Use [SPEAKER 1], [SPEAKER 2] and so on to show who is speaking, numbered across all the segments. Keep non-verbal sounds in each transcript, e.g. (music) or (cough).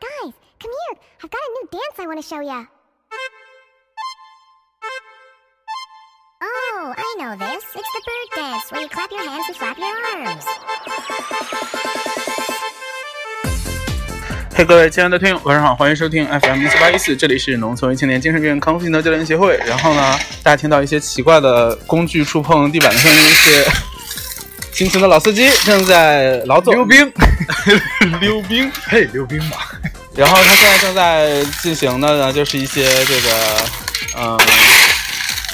[SPEAKER 1] Come here, I've got a new dance I want to show you. Oh, I know this. It's the bird dance where you clap your hands and flap your arms.
[SPEAKER 2] 嘿，各位亲爱的听友，晚上好，欢迎收听 FM 四八一四，这里是农村为青年精神病康复心得教练协会。然后呢，大家听到一些奇怪的工具触碰地板的声音是，清晨的老司机正在劳作溜冰，溜冰。
[SPEAKER 3] (laughs) 嘿，溜冰吧！ (laughs)
[SPEAKER 2] 然后他现在正在进行的呢，就是一些这个，嗯，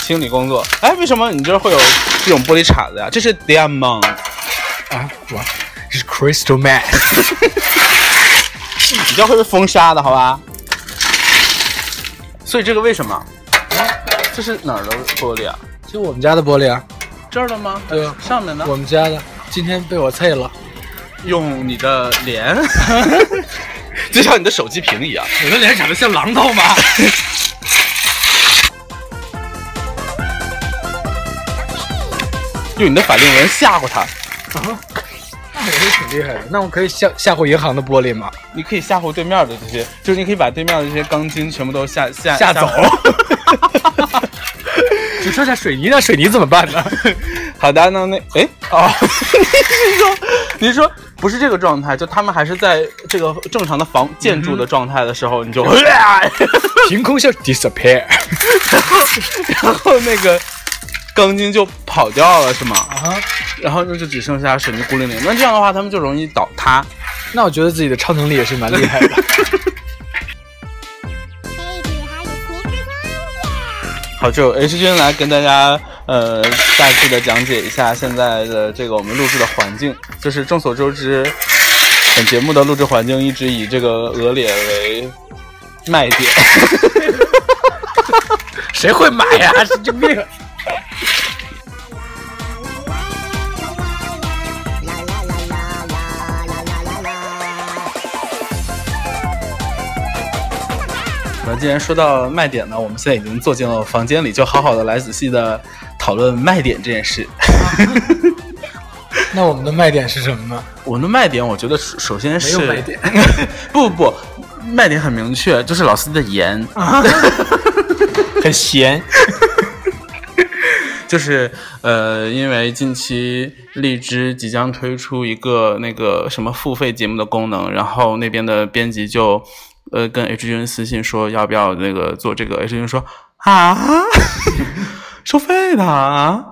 [SPEAKER 2] 清理工作。哎，为什么你这儿会有这种玻璃碴子呀？这是 diamond，
[SPEAKER 3] 啊，我这是 Crystal Man，
[SPEAKER 2] 你这会被封杀的，好吧？所以这个为什么？这是哪儿的玻璃啊？
[SPEAKER 3] 就我们家的玻璃啊，
[SPEAKER 2] 这儿的吗？
[SPEAKER 3] 对啊
[SPEAKER 2] 上面呢？
[SPEAKER 3] 我们家的，今天被我碎了。
[SPEAKER 2] 用你的脸， (laughs) 就像你的手机屏一样。
[SPEAKER 3] 我的脸长得像榔头 (laughs) 吗？
[SPEAKER 2] 用你的法令纹吓唬他。
[SPEAKER 3] 那我觉得挺厉害的。那我可以吓吓唬银行的玻璃吗？
[SPEAKER 2] 你可以吓唬对面的这些，就是你可以把对面的这些钢筋全部都吓吓
[SPEAKER 3] 吓走
[SPEAKER 2] (laughs)
[SPEAKER 3] 只剩下水泥，那水泥怎么办 (laughs) 呢？
[SPEAKER 2] 好的，那那哎哦， (laughs) 你是说你是说不是这个状态，就他们还是在这个正常的房建筑的状态的时候， (laughs) 你就呃
[SPEAKER 3] 凭空像 disappear
[SPEAKER 2] 然后那个钢筋就跑掉了是吗？
[SPEAKER 3] 啊！
[SPEAKER 2] 然后那就只剩下水泥孤零零，那这样的话他们就容易倒塌。
[SPEAKER 3] 那我觉得自己的超能力也是蛮厉害的。
[SPEAKER 1] Hey, do you have your sneakers on? Yeah!
[SPEAKER 2] 好，就 H 君来跟大家呃大致的讲解一下现在的这个我们录制的环境。就是众所周知，本节目的录制环境一直以这个鹅脸为卖点。
[SPEAKER 3] (laughs)
[SPEAKER 2] (laughs)
[SPEAKER 3] 谁会买呀、 (laughs) 神经病！
[SPEAKER 2] 那既然说到卖点呢，我们现在已经坐进了房间里，就好好的来仔细的讨论卖点这件事。
[SPEAKER 3] 那我们的卖点是什么呢？
[SPEAKER 2] 我们的卖点，我觉得首首先是
[SPEAKER 3] 没有卖点，
[SPEAKER 2] (laughs) 不不不，卖点很明确，就是老司机的盐。
[SPEAKER 3] 啊很闲。
[SPEAKER 2] 就是呃，因为近期荔枝即将推出一个那个什么付费节目的功能，然后那边的编辑就呃跟 H 君私信说要不要那个做这个，H 君说啊， (laughs) 收费的啊，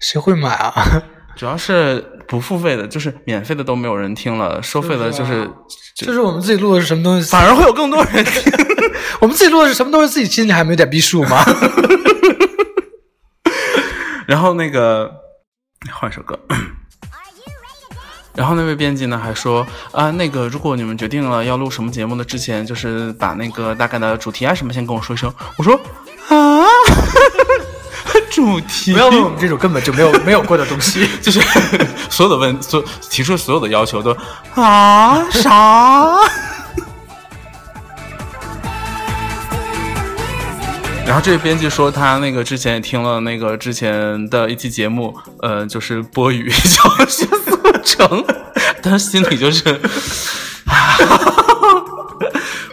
[SPEAKER 3] 谁会买啊？ (laughs)
[SPEAKER 2] 主要是不付费的，就是免费的都没有人听了，收费的就是
[SPEAKER 3] 就是我们自己录的是什么东西？ (laughs)
[SPEAKER 2] 反而会有更多人听。
[SPEAKER 3] 我们自己录的是什么东西？自己心里还没有点逼数吗？
[SPEAKER 2] 然后那个换首歌。 (clears throat) 然后那位编辑呢还说啊，那个如果你们决定了要录什么节目的之前，就是把那个大概的主题啊什么先跟我说一声。我说啊， (laughs) 主题
[SPEAKER 3] 不要问我们这种根本就没有没有过的东西。
[SPEAKER 2] 就是 (laughs) 所有的问所提出所有的要求都啊啥。 (laughs) 然后这位编辑说，他那个之前也听了那个之前的一期节目，呃，就是波语 (laughs) 教学速成，他心里就是， (laughs)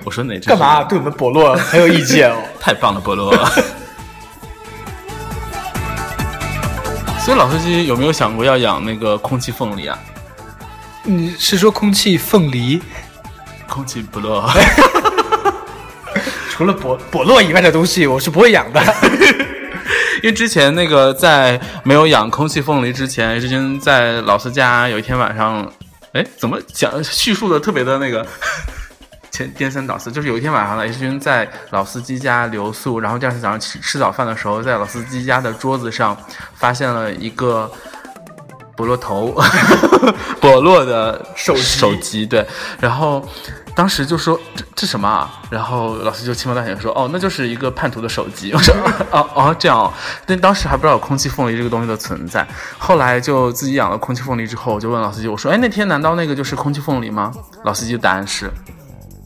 [SPEAKER 2] 我说哪只
[SPEAKER 3] (laughs) 干嘛？啊对我们伯乐很有意见哦？
[SPEAKER 2] 太棒了，菠萝。 (laughs) 所以老司机有没有想过要养那个空气凤梨啊？
[SPEAKER 3] (laughs) 你是说空气凤梨
[SPEAKER 2] 空气菠萝， (laughs)
[SPEAKER 3] 除了伯伯乐以外的东西，我是不会养的。
[SPEAKER 2] 因为之前那个在没有养空气凤梨之前，之前在老司家有一天晚上，哎，怎么讲叙述的特别的那个前颠三倒四，就是有一天晚上呢，H 君在老司机家留宿，然后第二天早上吃吃早饭的时候，在老司机家的桌子上发现了一个菠萝头， (laughs) 菠萝的
[SPEAKER 3] 手机
[SPEAKER 2] 手机对，然后当时就说这这什么啊？然后老师就轻描淡写地说哦，那就是一个叛徒的手机。 (laughs) 我说哦哦这样哦，但当时还不知道有空气凤梨这个东西的存在。后来就自己养了空气凤梨之后，我就问老司机，我说哎那天难道那个就是空气凤梨吗？老司机的答案是。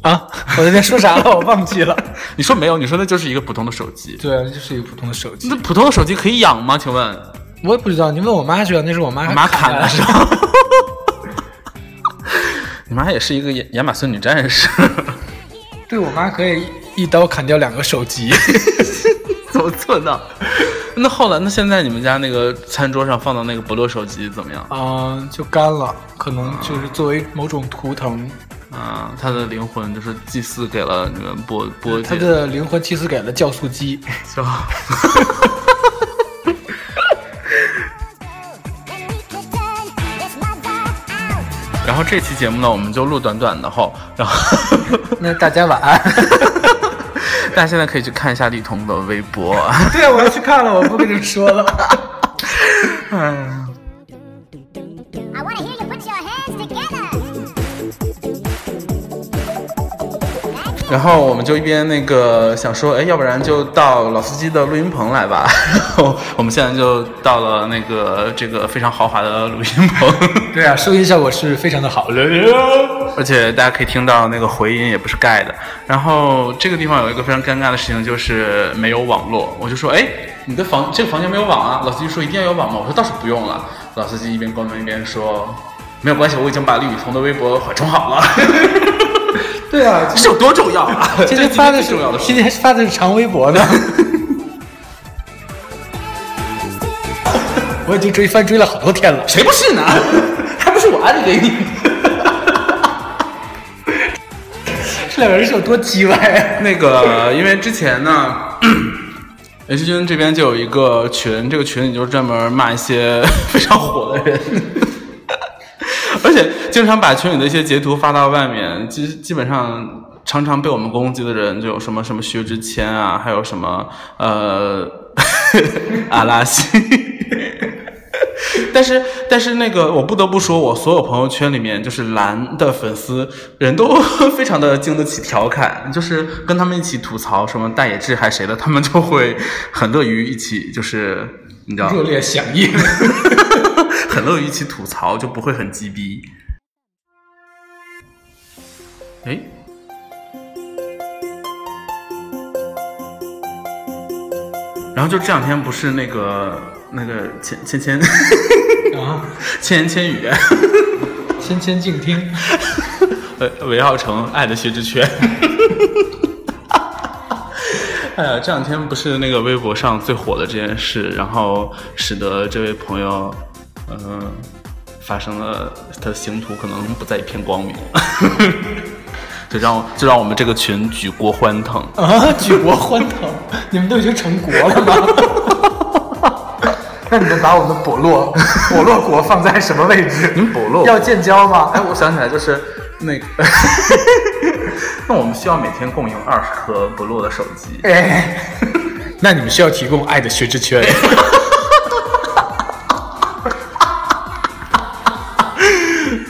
[SPEAKER 3] 啊，我那天说啥了？我忘记了。
[SPEAKER 2] 你说没有，你说那就是一个普通的手机。
[SPEAKER 3] 对啊，就是一个普通的手机
[SPEAKER 2] 那，普通的手机可以养吗？请问，
[SPEAKER 3] 我也不知道。你问我妈去了，那是我妈
[SPEAKER 2] 马砍
[SPEAKER 3] 的
[SPEAKER 2] 的是吧？ (laughs) 你妈也是一个亚亚马逊女战士， (laughs)
[SPEAKER 3] 对我妈可以一刀砍掉两个首 (laughs) 级。
[SPEAKER 2] 怎么做到？那后来，那现在你们家那个餐桌上放的那个伯乐手机怎么样？
[SPEAKER 3] 嗯、就干了，可能就是作为某种图腾，
[SPEAKER 2] 啊，它的灵魂就是祭祀给了你们波波姐
[SPEAKER 3] 他的灵魂祭祀给了酵素鸡。
[SPEAKER 2] 就然后这期节目呢，我们就录短短的哈，然后 (laughs)
[SPEAKER 3] 那大家晚安。
[SPEAKER 2] 大家现在可以去看一下李彤的微博。
[SPEAKER 3] (laughs) 对啊，我要去看了，我不跟你说了。
[SPEAKER 1] I want to hear you put your hands together.
[SPEAKER 2] 然后我们就一边那个想说，哎，要不然就到老司机的录音棚来吧。 (laughs) 然后我们现在就到了那个这个非常豪华的录音棚， (laughs)
[SPEAKER 3] 对啊，收音效果是非常的好。
[SPEAKER 2] 而且大家可以听到那个回音也不是盖的。然后这个地方有一个非常尴尬的事情，就是没有网络。我就说，哎，你的房这个房间没有网啊？老司机说一定要有网吗？我说倒是不用了。老司机一边关门一边说，没有关系，我已经把李雨桐的微博缓冲好了。 (laughs)
[SPEAKER 3] 对啊，
[SPEAKER 2] 这有多重要啊？ (laughs)
[SPEAKER 3] 今
[SPEAKER 2] 这
[SPEAKER 3] 天发
[SPEAKER 2] 最
[SPEAKER 3] 的是
[SPEAKER 2] 重要的事
[SPEAKER 3] 今天发的是长微博呢。 (laughs) 我已经追番追了好多天了。
[SPEAKER 2] 谁不是 (laughs) 呢？还不是我啊安利给你。
[SPEAKER 3] 这两个人是有多叽歪？啊
[SPEAKER 2] 那个，因为之前呢。H 君这边就有一个群，这个群里就是专门骂一些 (laughs) 非常火的人， (laughs) 而且经常把群里的一些截图发到外面，基基本上常常被我们攻击的人就有什么什么薛之谦啊，还有什么呃 (laughs) 阿拉西。 (laughs) 但是但是那个，我不得不说，我所有朋友圈里面就是蓝的粉丝人都 (laughs) 非常的经得起调侃，就是跟他们一起吐槽什么大野智还谁的，他们就会很乐于一起，就是你知道，
[SPEAKER 3] 热烈响应。
[SPEAKER 2] (laughs) 很乐于一起吐槽，就不会很鸡逼。哎，然后就这两天不是那个那个千千千
[SPEAKER 3] 啊，
[SPEAKER 2] (laughs) 千言千语。
[SPEAKER 3] 千千静听。
[SPEAKER 2] 呃，韦浩成《爱的薛之谦》。 (laughs) 哎呀，这两天不是那个微博上最火的这件事，然后使得这位朋友，嗯、发生了他的星途可能不在一片光明， (laughs) 就让就让我们这个群举国欢腾。
[SPEAKER 3] 啊，举国欢腾，你们都已经成国了 (laughs) 吗？那你们把我们的伯洛伯洛国放在什么位置？
[SPEAKER 2] 您补录
[SPEAKER 3] 要建交
[SPEAKER 2] 哎，
[SPEAKER 3] 吗？
[SPEAKER 2] 我想起来，就是那个， (laughs) 那我们需要每天供应二十颗不落的手机。
[SPEAKER 3] (laughs) 哎，那你们需要提供爱的薛之谦。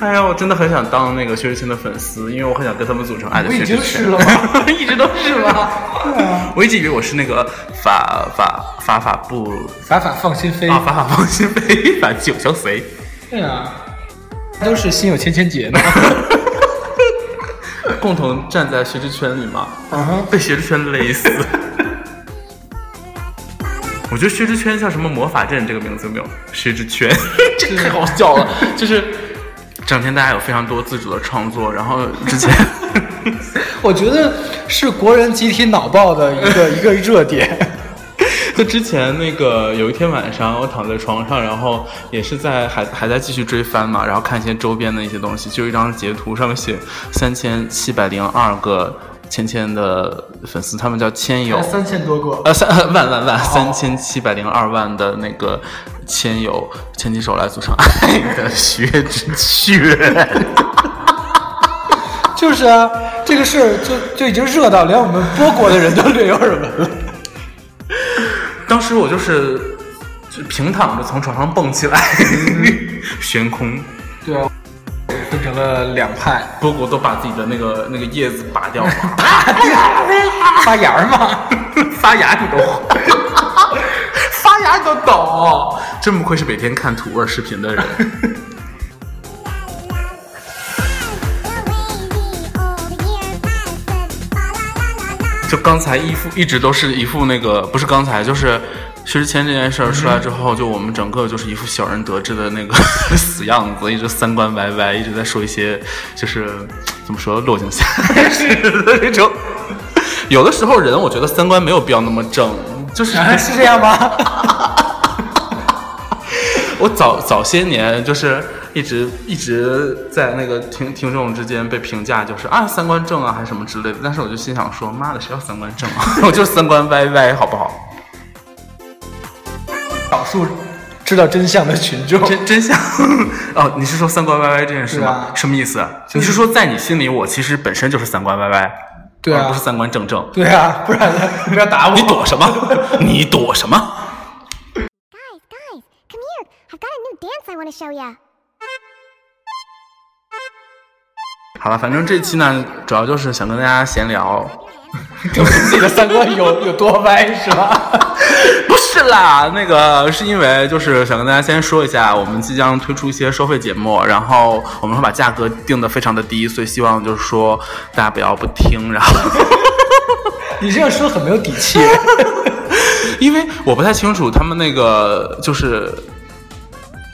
[SPEAKER 2] 哎呀，我真的很想当那个薛之谦的粉丝，因为我很想跟他们组成爱的薛之谦。
[SPEAKER 3] 了 (laughs) 吗？
[SPEAKER 2] 一直都是 (laughs) 吗？ (laughs) 我一直以为我是那个法法法法部
[SPEAKER 3] 法法放心飞
[SPEAKER 2] 啊，法法放心非法九霄随。
[SPEAKER 3] 对啊，都是心有千千结呢。
[SPEAKER 2] (laughs) 共同站在薛之圈里嘛，
[SPEAKER 3] 啊 (laughs) 哈，
[SPEAKER 2] 被薛之圈勒 (laughs) 死。我觉得薛之圈像什么魔法阵这个名字有没有？薛之圈， (laughs) 这太好笑了。就是整天大家有非常多自主的创作，然后之前
[SPEAKER 3] (laughs) 我觉得是国人集体脑爆的一 (laughs) 个一个热点。
[SPEAKER 2] (laughs) 就之前那个有一天晚上，我躺在床上，然后也是在还还在继续追番嘛，然后看一些周边的一些东西，就有一张截图上面写三千七百零二个芊芊的粉丝，他们叫千友，
[SPEAKER 3] (laughs) 三千多个，
[SPEAKER 2] 呃三万万万三千七百零二万的那个千友牵起手来组成爱的薛之圈，
[SPEAKER 3] 就是啊，这个事儿就就已经热到连我们播国的人都略有耳闻 (laughs) 了。
[SPEAKER 2] 当时我就是就平躺着从床上蹦起来， (laughs) 悬空。
[SPEAKER 3] 对啊，分成了两派，
[SPEAKER 2] 波国都把自己的那个那个叶子 (laughs) 拔掉了，
[SPEAKER 3] 发芽儿嘛。
[SPEAKER 2] 发芽你都 (laughs) 发芽你都懂，真不愧是每天看土味视频的人。 (laughs) 就刚才一副一直都是一副那个，不是刚才就是薛之谦这件事儿出来之后，就我们整个就是一副小人得志的那个 (laughs) 死样子，一直三观歪歪，一直在说一些就是怎么说落井下石的那种。有的时候人，我觉得三观没有必要那么正， (laughs) 就是
[SPEAKER 3] (laughs) 啊，是这样吗？
[SPEAKER 2] 我早早些年就是一直一直在那个听听众之间被评价，就是啊三观正啊还是什么之类的。但是我就心想说，妈的，谁要三观正
[SPEAKER 3] (laughs)
[SPEAKER 2] 啊？我就是三观歪歪，好不好？
[SPEAKER 3] 少数知道真相的群众，
[SPEAKER 2] 真真相 (laughs) 哦，你是说三观歪歪这件事吗？
[SPEAKER 3] 对啊
[SPEAKER 2] 什么意思啊？你是说在你心里，我其实本身就是三观歪歪，
[SPEAKER 3] (laughs) 对
[SPEAKER 2] 而
[SPEAKER 3] 啊
[SPEAKER 2] 不是，三观正正？
[SPEAKER 3] 对啊，不然呢你不要打我。
[SPEAKER 2] 你躲什么？你躲什么？
[SPEAKER 1] Guys, guys, come here. I've got a new dance I want to show ya.
[SPEAKER 2] 好了，反正这期呢，主要就是想跟大家闲聊，
[SPEAKER 3] 就是自己的三观有有多歪是吧？
[SPEAKER 2] (laughs) 不是啦，那个是因为就是想跟大家先说一下，我们即将推出一些收费节目，然后我们会把价格定的非常的低，所以希望就是说大家不要不听，然后
[SPEAKER 3] (laughs) 你这样说很没有底 (laughs) 气。
[SPEAKER 2] 因为我不太清楚他们那个就是。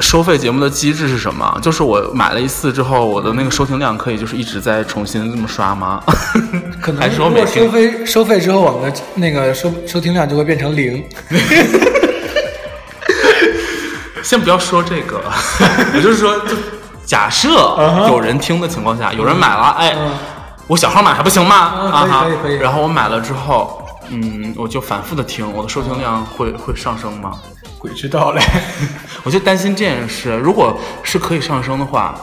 [SPEAKER 2] 收费节目的机制是什么？ (laughs) 就是我买了一次之后，我的那个收听量可以就是一直在重新这么刷吗？ (laughs)
[SPEAKER 3] 可能
[SPEAKER 2] 还是我
[SPEAKER 3] 如
[SPEAKER 2] 每
[SPEAKER 3] 果收
[SPEAKER 2] 天
[SPEAKER 3] 费收费之后，我们的那个收收听量就会变成零。
[SPEAKER 2] 先不要说这
[SPEAKER 3] (laughs)
[SPEAKER 2] 个，我就是说，就假设
[SPEAKER 3] 嗯哼
[SPEAKER 2] 有人听的情况下，有人买了，哎
[SPEAKER 3] 嗯，
[SPEAKER 2] 我小号买还不行吗？
[SPEAKER 3] 嗯
[SPEAKER 2] 啊哈
[SPEAKER 3] 可以可以可以
[SPEAKER 2] 然后我买了之后，嗯，我就反复的听，我的收听
[SPEAKER 3] 嗯
[SPEAKER 2] 量会会上升吗？
[SPEAKER 3] (laughs) 鬼知道嘞。
[SPEAKER 2] 我就担心这件事。如果是可以上升的话，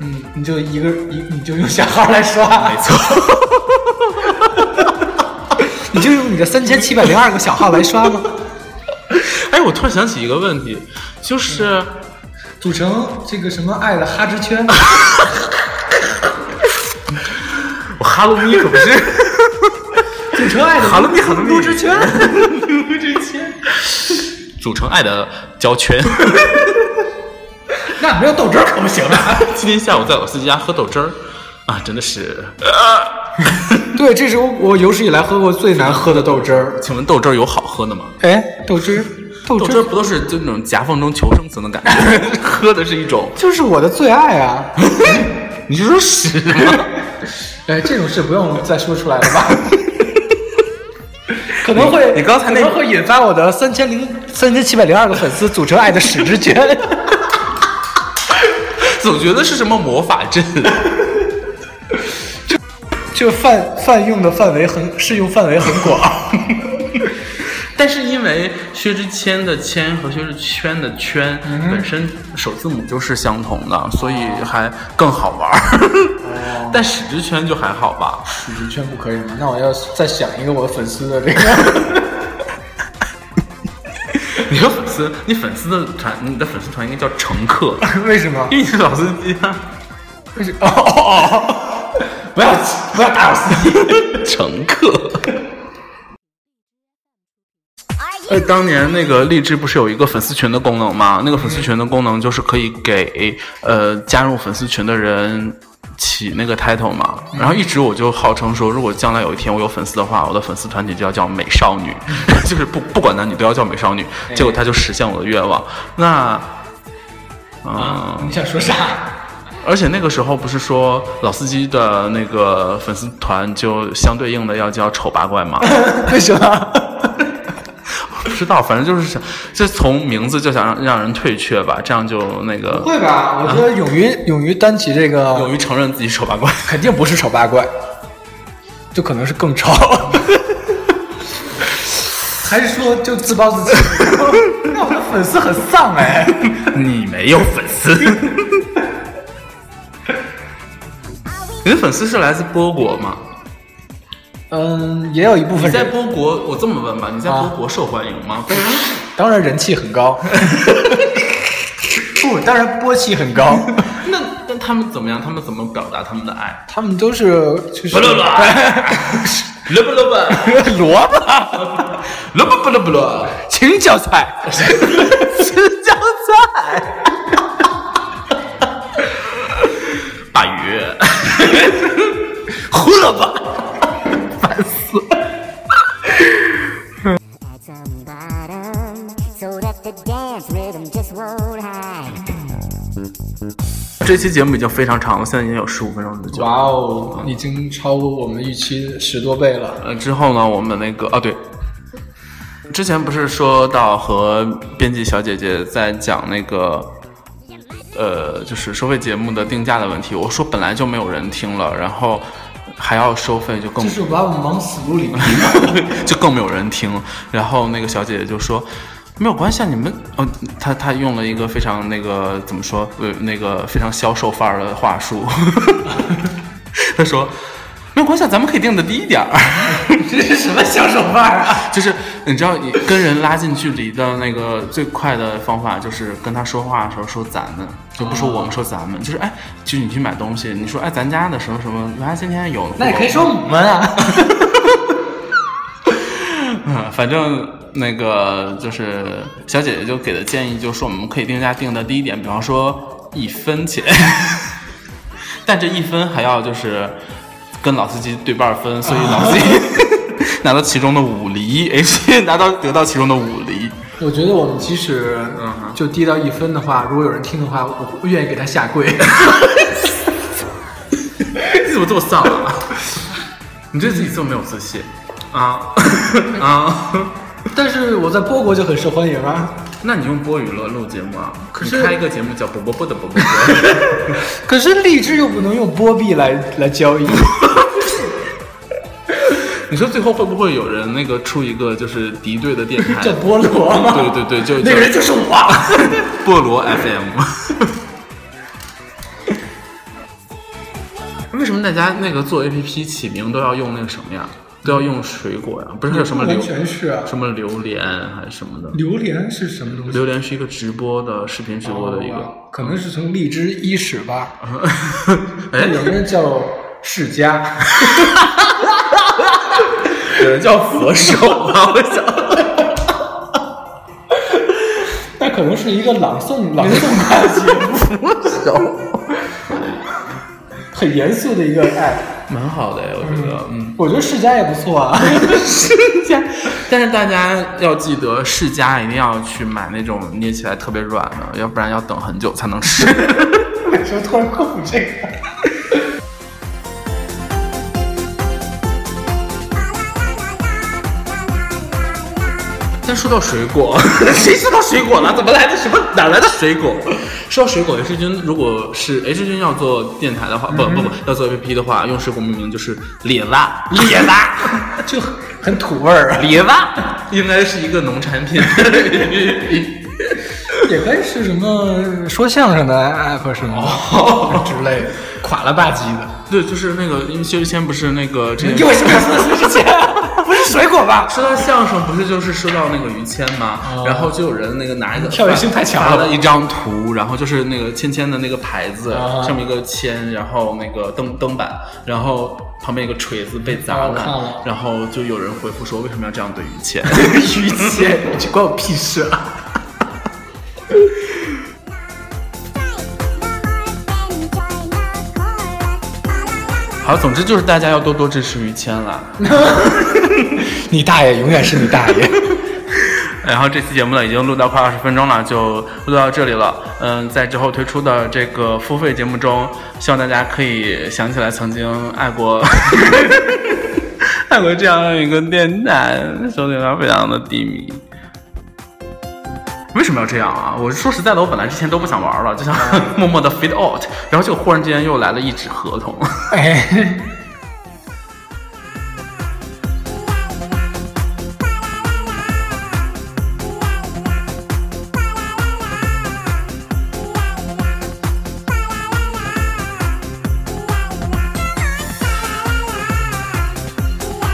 [SPEAKER 3] 嗯，你就一个一，你就用小号来刷
[SPEAKER 2] 没，错，
[SPEAKER 3] (laughs) 你就用你的三千七百零二个小号来刷吗？
[SPEAKER 2] (laughs) 哎，我突然想起一个问题，
[SPEAKER 3] (laughs)
[SPEAKER 2] 就是
[SPEAKER 3] (laughs) 组成这个什么爱的哈之圈， (laughs)
[SPEAKER 2] 我哈喽咪可不是
[SPEAKER 3] 组成爱的
[SPEAKER 2] 哈喽咪哈喽咪
[SPEAKER 3] 撸之圈，
[SPEAKER 2] (laughs)
[SPEAKER 3] (laughs)
[SPEAKER 2] 组成爱的胶
[SPEAKER 3] (laughs)
[SPEAKER 2] 圈。
[SPEAKER 3] 那没有豆汁儿可不行啊。
[SPEAKER 2] 今天下午在我自己家喝豆汁儿，啊，真的是，
[SPEAKER 3] (laughs) 对，这是我我有史以来喝过最难喝的豆汁儿。
[SPEAKER 2] 请问豆汁儿有好喝的吗？
[SPEAKER 3] 哎，豆汁儿，豆
[SPEAKER 2] 豆
[SPEAKER 3] 汁
[SPEAKER 2] 汁儿
[SPEAKER 3] 儿
[SPEAKER 2] 不都是就那种夹缝中求生存的感觉？ (laughs) 喝的是一种，
[SPEAKER 3] 就是我的最爱啊。
[SPEAKER 2] 你是说屎吗？
[SPEAKER 3] (laughs)
[SPEAKER 2] (laughs)
[SPEAKER 3] 哎，这种事不用再说出来 (laughs) 了吧？可能会，
[SPEAKER 2] 你你刚才那
[SPEAKER 3] 可能会引发我的三千零三千七百零二个粉丝组成爱的使之圈。 (laughs)
[SPEAKER 2] 总觉得是什么魔法阵。 (laughs)
[SPEAKER 3] 这个泛泛用的范围很适用范围很广，
[SPEAKER 2] 但是因为薛之谦的谦和薛之谦的圈本身首字母就是相同的，所以还更好玩儿。 (laughs) 但史之圈就还好吧。 (laughs)
[SPEAKER 3] 使之圈不可以吗？那我要再想一个我粉丝的这 (laughs) 个。
[SPEAKER 2] 你的粉丝，你粉丝的团，你的粉丝团应该叫乘客，
[SPEAKER 3] 为什么
[SPEAKER 2] (laughs) 因？为你是老司机啊。
[SPEAKER 3] 为什么？哦哦哦！不要不要打我司机！
[SPEAKER 2] (laughs) 乘客。哎，当年那个荔枝不是有一个粉丝群的功能吗？那个粉丝群的功能就是可以给呃加入粉丝群的人起那个 title 嘛。然后一直我就号称说，如果将来有一天我有粉丝的话，我的粉丝团体就要叫美少女， (laughs) 就是不不管男女都要叫美少女。结果他就实现我的愿望。那，嗯、
[SPEAKER 3] 你想说啥？
[SPEAKER 2] 而且那个时候不是说老司机的那个粉丝团就相对应的要叫丑八怪吗？
[SPEAKER 3] (laughs)
[SPEAKER 2] (laughs)
[SPEAKER 3] 为什么？
[SPEAKER 2] 不知道，反正就是想，就从名字就想让让人退却吧，这样就那个
[SPEAKER 3] 会吧？我觉得勇于啊勇于担起这个
[SPEAKER 2] 勇于承认自己丑八怪。
[SPEAKER 3] 肯定不是丑八怪，就可能是更 (laughs) 丑。还是说就自暴自弃？ (laughs) 那我的粉丝很丧哎。
[SPEAKER 2] (laughs) 你没有粉丝，你的粉丝是来自波国吗？
[SPEAKER 3] 嗯，也有一部
[SPEAKER 2] 你
[SPEAKER 3] 分
[SPEAKER 2] 在
[SPEAKER 3] 人，
[SPEAKER 2] 波国，我这么问吧，你在
[SPEAKER 3] 啊
[SPEAKER 2] 波国受欢迎吗？ (laughs)
[SPEAKER 3] 当然人气很 (laughs) 高，不，当然波气很高。
[SPEAKER 2] 那那他们怎么样？他们怎么表达他们的爱？
[SPEAKER 3] 他们都是就是
[SPEAKER 2] 不不不，萝卜萝 (laughs) 卜，
[SPEAKER 3] (laughs) 萝卜，
[SPEAKER 2] 萝卜不萝不萝，
[SPEAKER 3] 青椒菜， (laughs)
[SPEAKER 2] 吃香菜，鲅鱼， (laughs) 胡萝卜。
[SPEAKER 1] Atom bottom.
[SPEAKER 2] 这期节目已经非常长了，现在已经有十五分钟之久。
[SPEAKER 3] 哇哦，已经超过我们预期十多倍了。
[SPEAKER 2] 呃，之后呢，我们那个啊，对，之前不是说到和编辑小姐姐在讲那个，呃，就是收费节目的定价的问题。我说本来就没有人听了，然后还要收费，就更
[SPEAKER 3] 就是把我们往死路里
[SPEAKER 2] 就更没有人听。然后那个小姐姐就说。没有关系，啊，你们，哦，她她用了一个非常那个怎么说，呃，那个非常销售范儿的话术， (laughs) 她说，没有关系，啊，咱们可以定的低一点儿。 (laughs)
[SPEAKER 3] 这是什么小手腕儿啊？
[SPEAKER 2] 就是你知道，你跟人拉近距离的那个最快的方法，就是跟他说话的时候说咱们，就不说我
[SPEAKER 3] 哦
[SPEAKER 2] 们，说咱们，就是哎，就是你去买东西，你说哎，咱家的什么什么，他今天有，
[SPEAKER 3] (laughs) 那也可以说我们啊。
[SPEAKER 2] 嗯，反正那个就是小姐姐就给的建议，就是说我们可以定价定的低一点，比方说一分钱， (laughs) 但这一分还要就是跟老司机对半分，所以老司机 (laughs) 拿到其中的五厘，H 拿到得到其中的五厘。
[SPEAKER 3] 我觉得我们即使就低到一分的话，如果有人听的话，我愿意给他下 (laughs) 跪。
[SPEAKER 2] 你怎么这么丧啊？你对自己这么没有自信啊啊！ (laughs)
[SPEAKER 3] 但是我在波国就很受欢迎啊。
[SPEAKER 2] 那你用波语乐录节目啊？可
[SPEAKER 3] 是
[SPEAKER 2] 开一个节目叫“波波波的波波波
[SPEAKER 3] (laughs) 可是荔枝又不能用波币来来交
[SPEAKER 2] (laughs)
[SPEAKER 3] 易，”，
[SPEAKER 2] 你说最后会不会有人那个出一个就是敌对的电台？
[SPEAKER 3] 叫菠萝吗？
[SPEAKER 2] 对对对，就
[SPEAKER 3] 那个人就是我。
[SPEAKER 2] 菠萝 (laughs) FM。为什么大家那个做 APP 起名都要用那个什么呀？都要用水果呀？不是还有什么榴
[SPEAKER 3] 完全是啊
[SPEAKER 2] 什么榴莲还是什么的？
[SPEAKER 3] 榴莲是什么东西？
[SPEAKER 2] 榴莲是一个直播的视频直播的一个。
[SPEAKER 3] 可能是从荔枝伊始吧。
[SPEAKER 2] (laughs) (laughs) 哎，
[SPEAKER 3] 有人叫世 (laughs) 家，
[SPEAKER 2] 有人叫佛手啊！ (laughs) 我想，
[SPEAKER 3] 那可能是一个朗诵朗诵派 (laughs) 节目，很严肃的一个 app。
[SPEAKER 2] 蛮好的哎，我觉得，嗯。
[SPEAKER 3] 我觉得世家也不
[SPEAKER 2] (laughs)
[SPEAKER 3] 错啊。
[SPEAKER 2] 世家， (laughs) 但是大家要记得，世家一定要去买那种捏起来特别软的，要不然要等很久才能 (laughs) 吃。
[SPEAKER 3] 为什么突然科普这个？
[SPEAKER 2] 先说到水果， (laughs) 谁说到水果了？怎么来的什么哪来的水果？ (laughs) 说到水果，H 君如果是 H 君要做电台的话，不不不，要做 APP 的话，用水果命名就是列 (laughs) 拉列拉。
[SPEAKER 3] 就很土味儿啊，
[SPEAKER 2] 列拉应该是一个农产 (laughs) 品。
[SPEAKER 3] 也可以是什么说相声的 app 什么
[SPEAKER 2] 哦
[SPEAKER 3] 之类的，垮了吧唧的。
[SPEAKER 2] 对，就是那个，因为薛之谦不是那个
[SPEAKER 3] (laughs)
[SPEAKER 2] 之前
[SPEAKER 3] 给我什么事情？ (laughs) 不是水果吧？
[SPEAKER 2] 说到相声，不是就是说到那个于谦吗？
[SPEAKER 3] 哦
[SPEAKER 2] 然后就有人那个拿一个
[SPEAKER 3] 跳跃性太强
[SPEAKER 2] 发
[SPEAKER 3] 了
[SPEAKER 2] 了一张图，然后就是那个芊芊的那个牌子、
[SPEAKER 3] 啊
[SPEAKER 2] 上面一个签，然后那个灯灯板，然后旁边一个锤子被砸
[SPEAKER 3] 哦我
[SPEAKER 2] 烂，
[SPEAKER 3] 看了
[SPEAKER 2] 然后就有人回复说为什么要这样对于谦？
[SPEAKER 3] (laughs) 于谦，这关我屁事啊！
[SPEAKER 2] 好，总之就是大家要多多支持于谦啦。
[SPEAKER 3] 你大爷，永远是你大爷。
[SPEAKER 2] 然后这期节目呢，已经录到快二十分钟了，就录到这里了。嗯，在之后推出的这个付费节目中，希望大家可以想起来曾经爱过， (laughs) 爱过这样一个电台，收听量非常的低迷。为什么要这样啊？我说实在的，我本来之前都不想玩了，就想 (laughs) 默默的 fade out，然后就忽然之间又来了一纸合同。
[SPEAKER 3] 哎，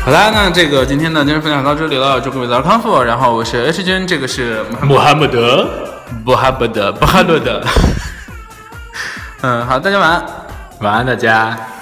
[SPEAKER 2] 好啦，那这个今天的今日分享到这里了，祝各位早日康复。然后我是 H 君，这个是
[SPEAKER 3] 穆罕默德，
[SPEAKER 2] 不哈 (laughs) 不得，不哈洛德。嗯，好，大家晚安。
[SPEAKER 3] 晚安，大家。